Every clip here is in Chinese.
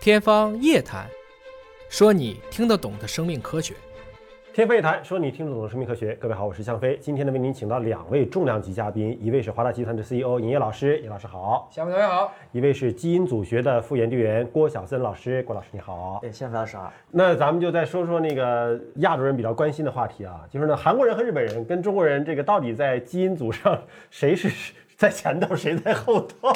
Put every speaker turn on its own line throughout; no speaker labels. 天方夜谭，说你听得懂的生命科学。
天飞谈说你听不懂的生命科学，各位好，我是向飞。今天呢，为您请到两位重量级嘉宾，一位是华大集团的 CEO 尹烨老师，尹老师好；
小朋友好，
一位是基因组学的副研究员郭晓森老师，郭老师你好。
对，先哎老师好。
那咱们就再说说那个亚洲人比较关心的话题啊，就是呢，韩国人和日本人跟中国人这个到底在基因组上谁是 在前头，谁在后头？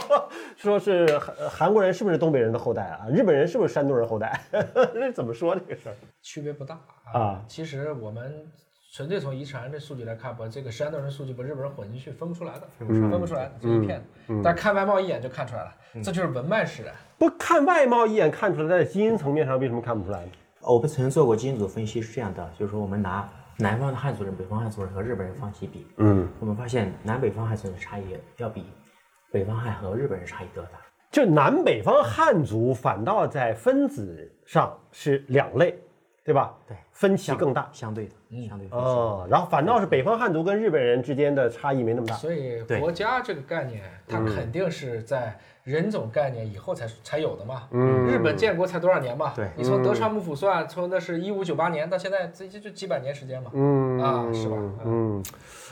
说是韩韩国人是不是东北人的后代啊？日本人是不是山东人后代？ 这怎么说这个事儿？
区别不大
啊
其实我们纯粹从遗传的数据来看，把这个山东人数据把日本人混进去，分不出来的，分不出来的，这一片的。但看外貌一眼就看出来了，这就是文脉使然。
不看外貌一眼看出来，在基因层面上为什么看不出来呢？
我们曾经做过基因组分析，是这样的，就是说我们拿南方的汉族人、北方汉族人和日本人放一起比，
嗯，
我们发现南北方汉族人的差异要比北方汉和日本人差异都要大。
就南北方汉族反倒在分子上是两类，对吧？
对
分歧更大。
相对的，相对分析。
哦，然后反倒是北方汉族跟日本人之间的差异没那么大。
所以
对
国家这个概念，它肯定是在人种概念以后才才有的嘛。日本建国才多少年嘛？
对
你从德川幕府算，从那是一五九八年到现在，这这就几百年时间嘛。
嗯
啊，是吧？嗯
嗯，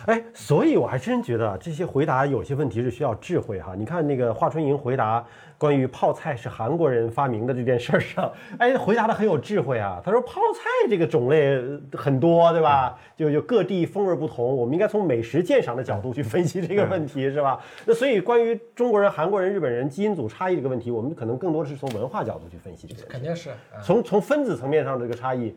哎，所以我还真觉得啊这些回答有些问题是需要智慧哈。你看那个华春莹回答关于泡菜是韩国人发明的这件事儿上， 哎，回答的很有智慧啊。他说泡菜这个种类很多，对吧？就就各地风味不同，我们应该从美食鉴赏的角度去分析这个问题，是吧？那所以关于中国人、韩国人、日本人基因组差异这个问题，我们可能更多的是从文化角度去分析这个问题，
肯定是。啊
从从分子层面上的这个差异，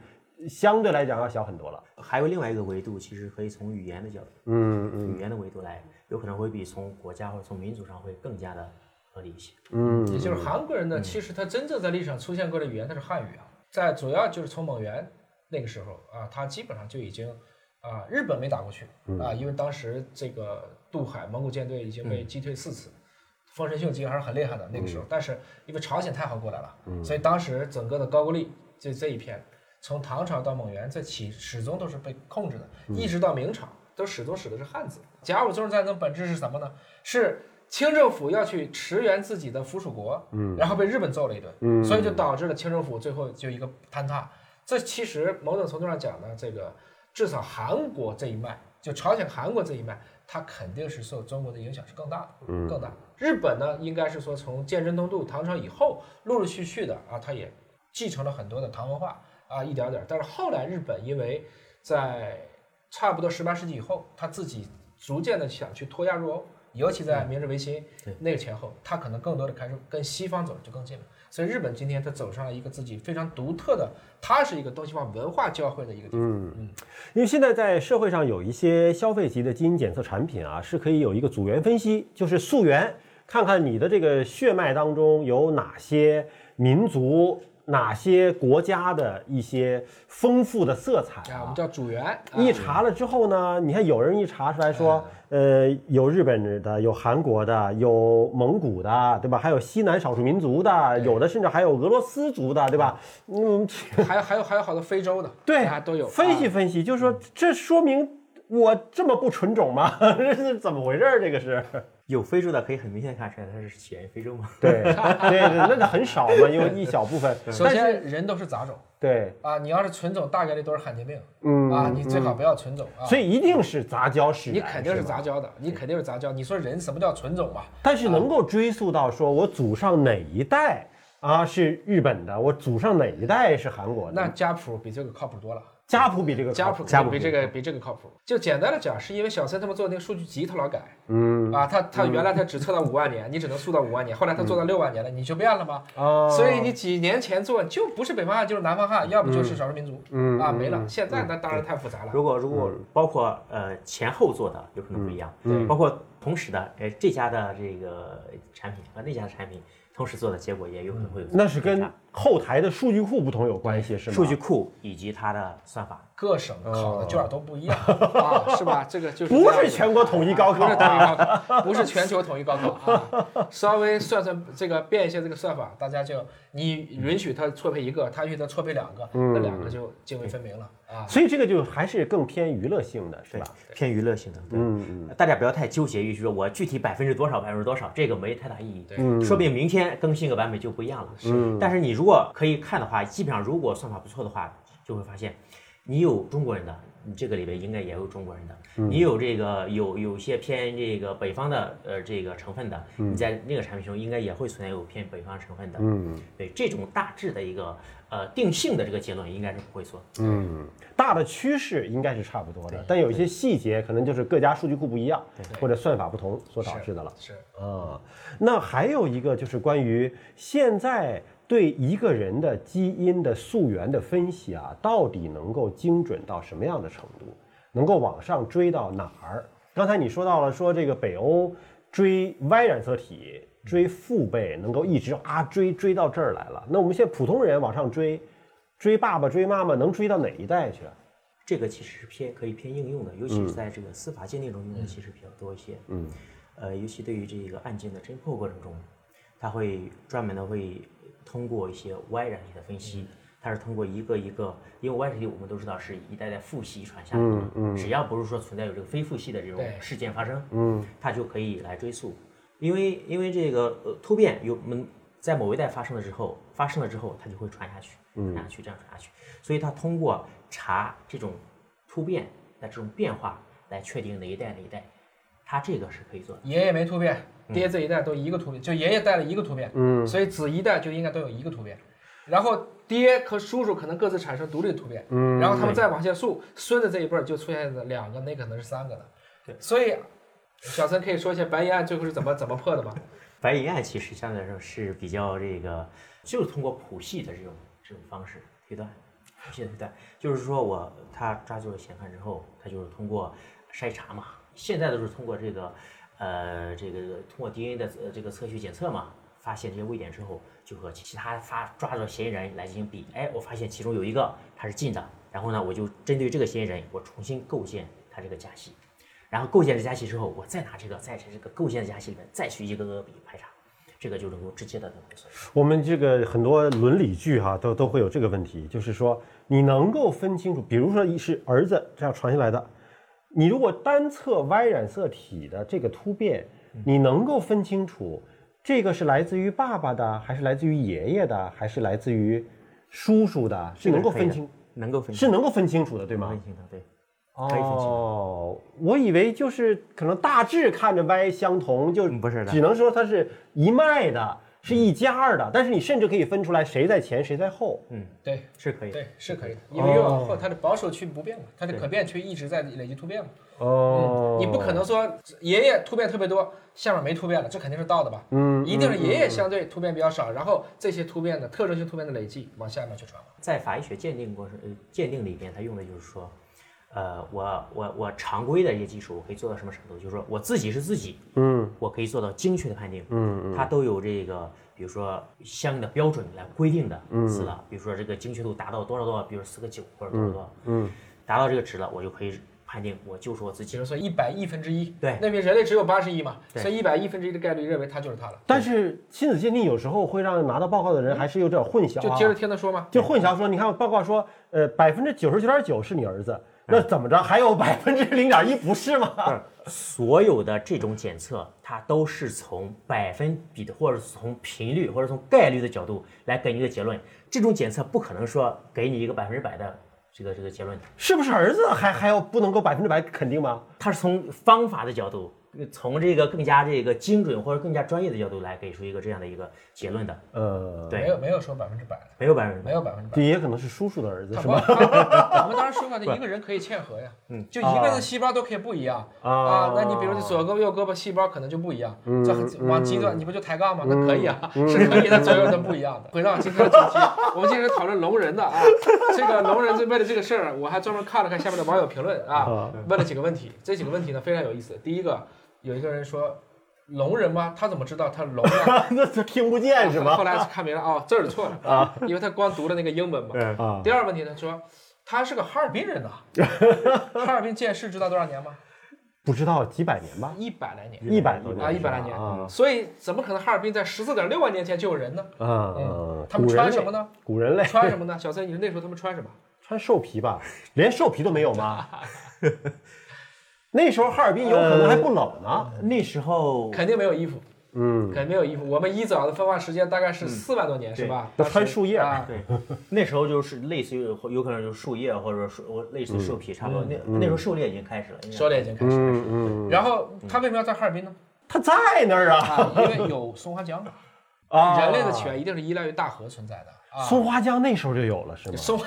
相对来讲要小很多了。
还有另外一个维度，其实可以从语言的角度，
嗯嗯。
语言的维度来，有可能会比从国家或者从民族上会更加的合理一些。
也就是韩国人呢，其实他真正在历史上出现过的语言，它是汉语啊，在主要就是从蒙元那个时候啊，他基本上就已经啊，日本没打过去啊，因为当时这个渡海蒙古舰队已经被击退四次。丰臣秀吉还是很厉害的那个时候，但是因为朝鲜太好过来了，所以当时整个的高句丽这这一片，从唐朝到蒙元，这起始终都是被控制的，一直到明朝都始终使的是汉字。甲午中日战争本质是什么呢？是清政府要去驰援自己的附属国，然后被日本揍了一顿，所以就导致了清政府最后就一个坍塌。这其实某种程度上讲呢，这个至少韩国这一脉，就朝鲜韩国这一脉，它肯定是受中国的影响是更大的，更大。日本呢，应该是说从鉴真东渡、唐朝以后，陆陆续续的啊，它也继承了很多的唐文化啊，一点点儿。但是后来日本因为在差不多十八世纪以后，他自己逐渐的想去脱亚入欧，尤其
嗯
在明治维新那个前后，他可能更多的开始跟西方走得就更近了。所以日本今天它走上了一个自己非常独特的，它是一个东西方文化交汇的一个地
嗯
方。
因为现在在社会上有一些消费级的基因检测产品啊，是可以有一个组源分析，就是溯源，看看你的这个血脉当中有哪些民族、哪些国家的一些丰富的色彩
啊，我
啊
们。叫主源，啊
一查了之后呢，你看有人一查出来说，呃，有日本的，有韩国的，有蒙古的，对吧？还有西南少数民族的，有的甚至还有俄罗斯族的，对吧？嗯，
还有还有还有好多非洲的，
对，
啊都有
分
啊
析分析，就是说这说明我这么不纯种吗？ 这是怎么回事儿？这个是
有非洲的可以很明显看出来，它是起源于非洲嘛。
对 对对，那那很少嘛，因为一小部分。
首
但是
先，人都是杂种
对，
啊，你要是纯种，大概率都是罕见病。
嗯
啊，你最好不要纯种啊。
所以一定是杂交使
你
然，
肯定是
吧
杂交的，你肯定是杂交。你说人什么叫纯种嘛？
但是能够追溯到说我祖上哪一代啊是日本的，我祖上哪一代是韩国的，
那家谱比这个靠谱多了。
家谱比这个
家
靠
谱
家谱
比这个比这个靠谱。就简单的讲，是因为小森他们做那个数据集，他老改，嗯嗯啊，他他原来他只测到五万年，你只能数到五万年，后来他做到六万年了，你就变了吗？
啊，
所以你几年前做就不是北方汉就是南方汉，要不就是少数民族，嗯啊没了。现在那当然太复杂了。
如果如果包括呃前后做的有可能不一样，包括同时的，呃这家的这个产品和那家的产品同时做的结果也有可能会有
那是
偏
跟
差
后台的数据库不同有关系是吗？
数据库以及它的算法。
各省考的卷儿都不一样哦 啊，是吧？这个就是
不
这样
是
的
全国统一高考
不是
啊
统一高考， 不是全球统一高考啊，稍微算算这个变一下这个算法，大家就你允许他错配一个，他允许他错配两个，那两个就泾渭分明了啊。
所以这个就还是更偏娱乐性的，是吧？
偏娱乐性的，对，嗯、大家不要太纠结于说我具体百分之多少百分之多少，这个没太大意义。
对
嗯说不定明天更新个版本就不一样了。是，但是你如过可以看的话，基本上如果算法不错的话，就会发现你有中国人的，你这个里边应该也有中国人的；你有这个有有一些偏这个北方的呃这个成分的，你在那个产品中应该也会存在有偏北方成分的。嗯，对这种大致的一个呃定性的这个结论应该是不会错。
大的趋势应该是差不多的，但有一些细节可能就是各家数据库不一样，或者算法不同所导致的了。
是
啊，那还有一个就是关于现在对一个人的基因的溯源的分析啊，到底能够精准到什么样的程度，能够往上追到哪儿？刚才你说到了，说这个北欧追 Y 染色体、追父辈，能够一直啊追追到这儿来了。那我们现在普通人往上追，追爸爸、追妈妈，能追到哪一代去啊？
这个其实是偏可以偏应用的，尤其是在这个司法鉴定中用的其实比较多一些。嗯，呃，尤其对于这个案件的侦破过程中，它会专门的会通过一些 Y 染体的分析，它是通过一个一个，因为 Y 染体我们都知道是一代代父系遗传下来的，嗯只要不是说存在有这个非父系的这种
对
事件发生，嗯，它就可以来追溯，因为因为这个呃突变有嗯在某一代发生了之后，发生了之后它就会传下去，传下去，这样传下去，所以它通过查这种突变的这种变化来确定哪一代哪一代，它这个是可以做的。
爷爷没突变，爹这一代都一个突变，就爷爷带了一个突变，嗯，所以子一代就应该都有一个突变，然后爹和叔叔可能各自产生独立的突变，嗯，然后他们再往下溯，孙子这一辈儿就出现了两个，那可能是三个了，对，所以小森可以说一下白银案最后是怎么 怎么破的吗？
白银案其实相对来说是比较这个，就是通过谱系的这种这种方式推断，谱系的推断，就是说我他抓住了嫌犯之后，他就是通过筛查嘛，现在都是通过这个，呃，这个通过 DNA 的呃这个测序检测嘛，发现这些位点之后，就和其他发抓住的嫌疑人来进行比，哎，我发现其中有一个他是近的，然后呢，我就针对这个嫌疑人，我重新构建他这个假戏，然后构建了假戏之后，我再拿这个在这个构建的假戏里面再去一个个比排查，这个就能够直接的能够算出来。
我们这个很多伦理剧哈、都都会有这个问题，就是说你能够分清楚，比如说是儿子这样传下来的，你如果单测 Y 染色体的这个突变，你能够分清楚这个是来自于爸爸的，还是来自于爷爷的，还是来自于叔叔的，是能够分清，，
能够分
是能够分清楚的，对吗？
分清的，对。可以分清楚
哦，我以为就是可能大致看着 Y 相同，就
嗯不是的
只能说它是一脉的，是一家儿的，但是你甚至可以分出来谁在前谁在后。
对。
是可以的。
对，哦是可以的，因为越往后它的保守区不变嘛，它的可变区一直在累积突变嘛。
哦
你不可能说爷爷突变特别多，下面没突变了，这肯定是倒的吧？嗯，一定是爷爷相对突变比较少，然后这些突变的特征性突变的累计往下面去传嘛。
在法医学鉴定过程呃鉴定里边，它用的就是说，呃，我我我常规的一些技术，我可以做到什么程度？就是说我自己是自己，嗯，我可以做到精确的判定，嗯它都有这个，比如说相应的标准来规定的
嗯
词了，比如说这个精确度达到多少多少，比如四个九或者多少多少，嗯，达到这个值了，我就可以判定我就是我自
比
己。
如说一百亿分之一，
对
那边人类只有八十亿嘛，
对
所以一百亿分之一的概率认为它就是它了，
但是亲子鉴定有时候会让拿到报告的人还是有点混淆、啊，
就接着听他说嘛。
就混淆说，你看报告说，呃，百分之九十九点九是你儿子，那怎么着还有百分之零点一不是吗？
所有的这种检测，它都是从百分比的，或者是从频率，或者从概率的角度来给你一个结论。这种检测不可能说给你一个百分之百的这个这个结论，
是不是儿子还还要不能够百分之百肯定吗？
它是从方法的角度，呃从这个更加这个精准或者更加专业的角度来给出一个这样的一个结论的。
呃，
对
没有没有说百分之百的，
没有百分之
没
百，
有百分之百。
这也可能是叔叔的儿子
他
是
不，
吧？
他我们当时说嘛，那一个人可以嵌合呀，嗯，就一个人的细胞都可以不一样
啊
啊。那你比如你左胳膊右胳膊细胞可能就不一样，这很往极端，你不就抬杠吗？那可以啊，是可以的，左右的不一样的。回到今天的主题，我们今天讨论聋人的啊，这个聋人就为了这个事儿，我还专门看了看下面的网友评论啊，问了几个问题，这几个问题呢非常有意思。第一个，有一个人说。聋人吗？他怎么知道他聋呀？
那他听 不见是
后
吗？
来看明白哦，字儿错了啊，因为他光读了那个英文嘛。
啊，
第二个问题呢，说他是个哈尔滨人呐，哈尔滨建市知道多少年吗？
不知道几百年吧，
一百来年
一百多年
啊，一百来年，
啊，
所以怎么可能哈尔滨在十四点六万年前就有人呢？
嗯，
他们
古人
穿
类
什么呢？
古人类
穿什么呢？小森，你说那时候他们穿 什么？
穿兽皮 吧，连兽皮都没有吗？那时候哈尔滨有可能还不冷呢，
嗯
那时候
肯定没有衣服，
嗯，
肯定没有衣服。我们一早的分化时间大概是四万多年，是吧？
那
当时
穿树叶
啊，
对，那时候就是类似于有可能就是树叶或者说类似于兽皮，差不多。那那时候狩猎已经开始了，应该
狩猎已经开始。
嗯嗯，
然后他为什么要在哈尔滨呢？
他在那儿啊
啊，因为有松花江，
啊！
人类的起源一定是依赖于大河存在的啊。
松花江那时候就有了是吗？
松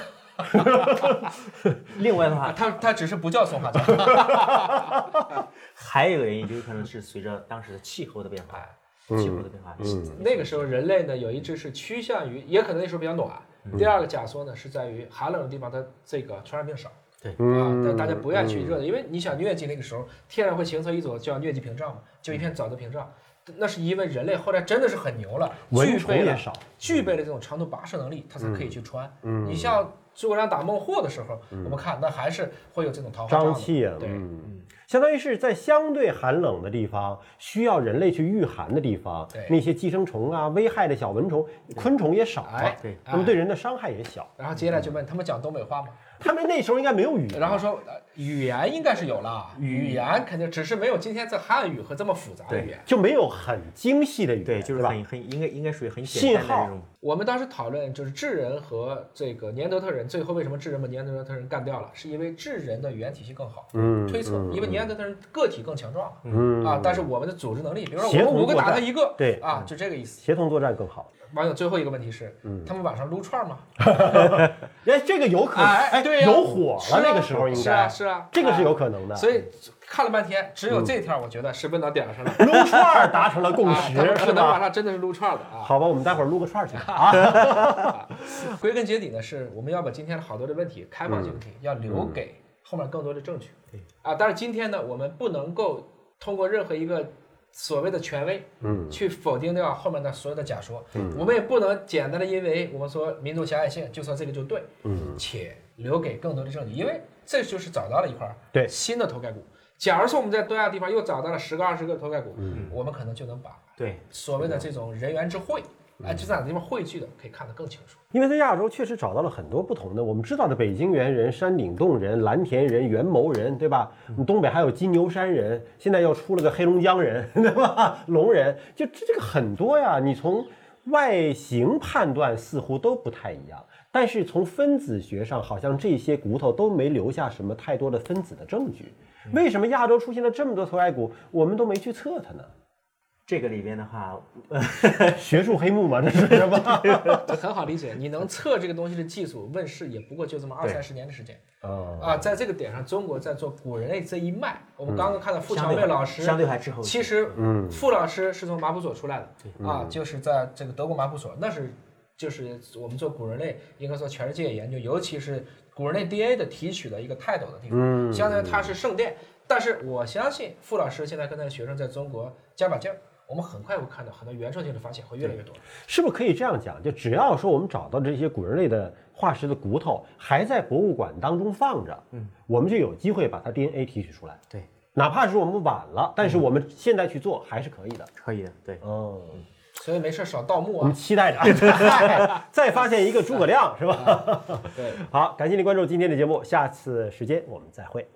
另外的
啊，
话，
它它只是不叫松花江，
还有一个原因就是可能是随着当时的气候的变化，
嗯
气候的变化，
那个时候人类呢有一只是趋向于，也可能那时候比较暖。
嗯
第二个假说呢是在于寒冷的地方它这个传染病少。
对
啊，
嗯
但大家不愿意去热的，因为你想疟疾那个时候，天然会形成一种叫疟疾屏障嘛，就一片沼泽屏障。那是因为人类后来真的是很牛了，具
蚊虫
备了
也少，
具备了这种长途跋涉能力，它才可以去穿。
嗯
你像诸葛亮打孟获的时候，我们看那还是会有这种桃花
瘴
的
气，
对，
嗯，相当于是在相对寒冷的地方，需要人类去御寒的地方
对，
那些寄生虫啊、危害的小蚊虫、昆虫也少啊
哎，
对
那么对人的伤害也小。
然后接下来就问他们讲东北话吗？
他们那时候应该没有语言，
然后说呃语言应该是有了，
嗯
语言肯定只是没有今天这汉语和这么复杂的
对
语言。
就没有很精细的语言，
对，就是
吧？
很很应该应该属于很
信
简单的
号
这种
我们当时讨论就是智人和这个尼安德特人，最后为什么智人把尼安德特人干掉了，是因为智人的语言体系更好。
嗯
推测，因为尼安德特人个体更强壮嘛，
嗯
啊，但是我们的组织能力，比如说
协
我
同
们五个
作
打他
战
一个，
对嗯
啊，就这个意思。
协同作战更好。
网友最后一个问题是，他们晚上撸串吗？
哎，这个有嗯可能，
哎
哎，
对呀
有火
是
了，
啊
那个时候应
是
该
啊是啊，
这个是
啊
有可能的。
所以看了半天，只有这条我觉得是问到点儿上了，
撸串儿达成了共
啊，他
识，
们
是
可能晚
吧？
上真的是撸串的啊。
好吧，我们待会儿撸个串儿去啊。
归根结底呢，是我们要把今天的好多的问题、开
嗯
放性问题，要留给后面更多的证据。啊，但是今天呢，我们不能够通过任何一个所谓的权威，嗯，去否定掉后面的所有的假说。嗯，我们也不能简单的因为我们说民族狭隘性，就说这个就对。嗯，且留给更多的证据，因为这就是找到了一块儿
对
新的头盖骨。假如说我们在东亚地方又找到了十个、二十个头盖骨，嗯，我们可能就能把
对
所谓的这种人员之会，哎，就在哪个地方汇聚的，可以看得更清楚。
因为在亚洲确实找到了很多不同的，我们知道的北京猿人、山顶洞人、蓝田人、元谋人，对吧？你东北还有金牛山人，现在又出了个黑龙江人， 对吧？龙人，就这这个很多呀。你从外形判断似乎都不太一样，但是从分子学上，好像这些骨头都没留下什么太多的分子的证据。为什么亚洲出现了这么多头盖骨，我们都没去测它呢？
这个里边的话，
学术黑幕嘛，这是什么？
这很好理解，你能测这个东西的技术问世也不过就这么二
对
三十年的时间
啊，
啊，在这个点上，中国在做古人类这一脉，我们刚刚看到傅
相
长
对
卫
还
老师，
相对还滞后一些
其实，傅老师是从马普所出来的啊，就是在这个德国马普所，那是就是我们做古人类，应该说全世界研究，尤其是古人类 DNA 的提取的一个泰斗的地方，相当于它是圣殿。但是我相信傅老师现在跟他的学生在中国加把劲儿，我们很快会看到很多原创性的发现会越来越多。
是不是可以这样讲？就只要说我们找到这些古人类的化石的骨头还在博物馆当中放着，嗯，我们就有机会把它 DNA 提取出来，
对，
哪怕是我们晚了，但是我们现在去做还是可以的。
可以的，对，
嗯，
所以没事儿少盗墓
我
啊
们。期待着、嗨再发现一个诸葛亮，是吧？
对。
好，感谢您关注今天的节目，下次时间我们再会。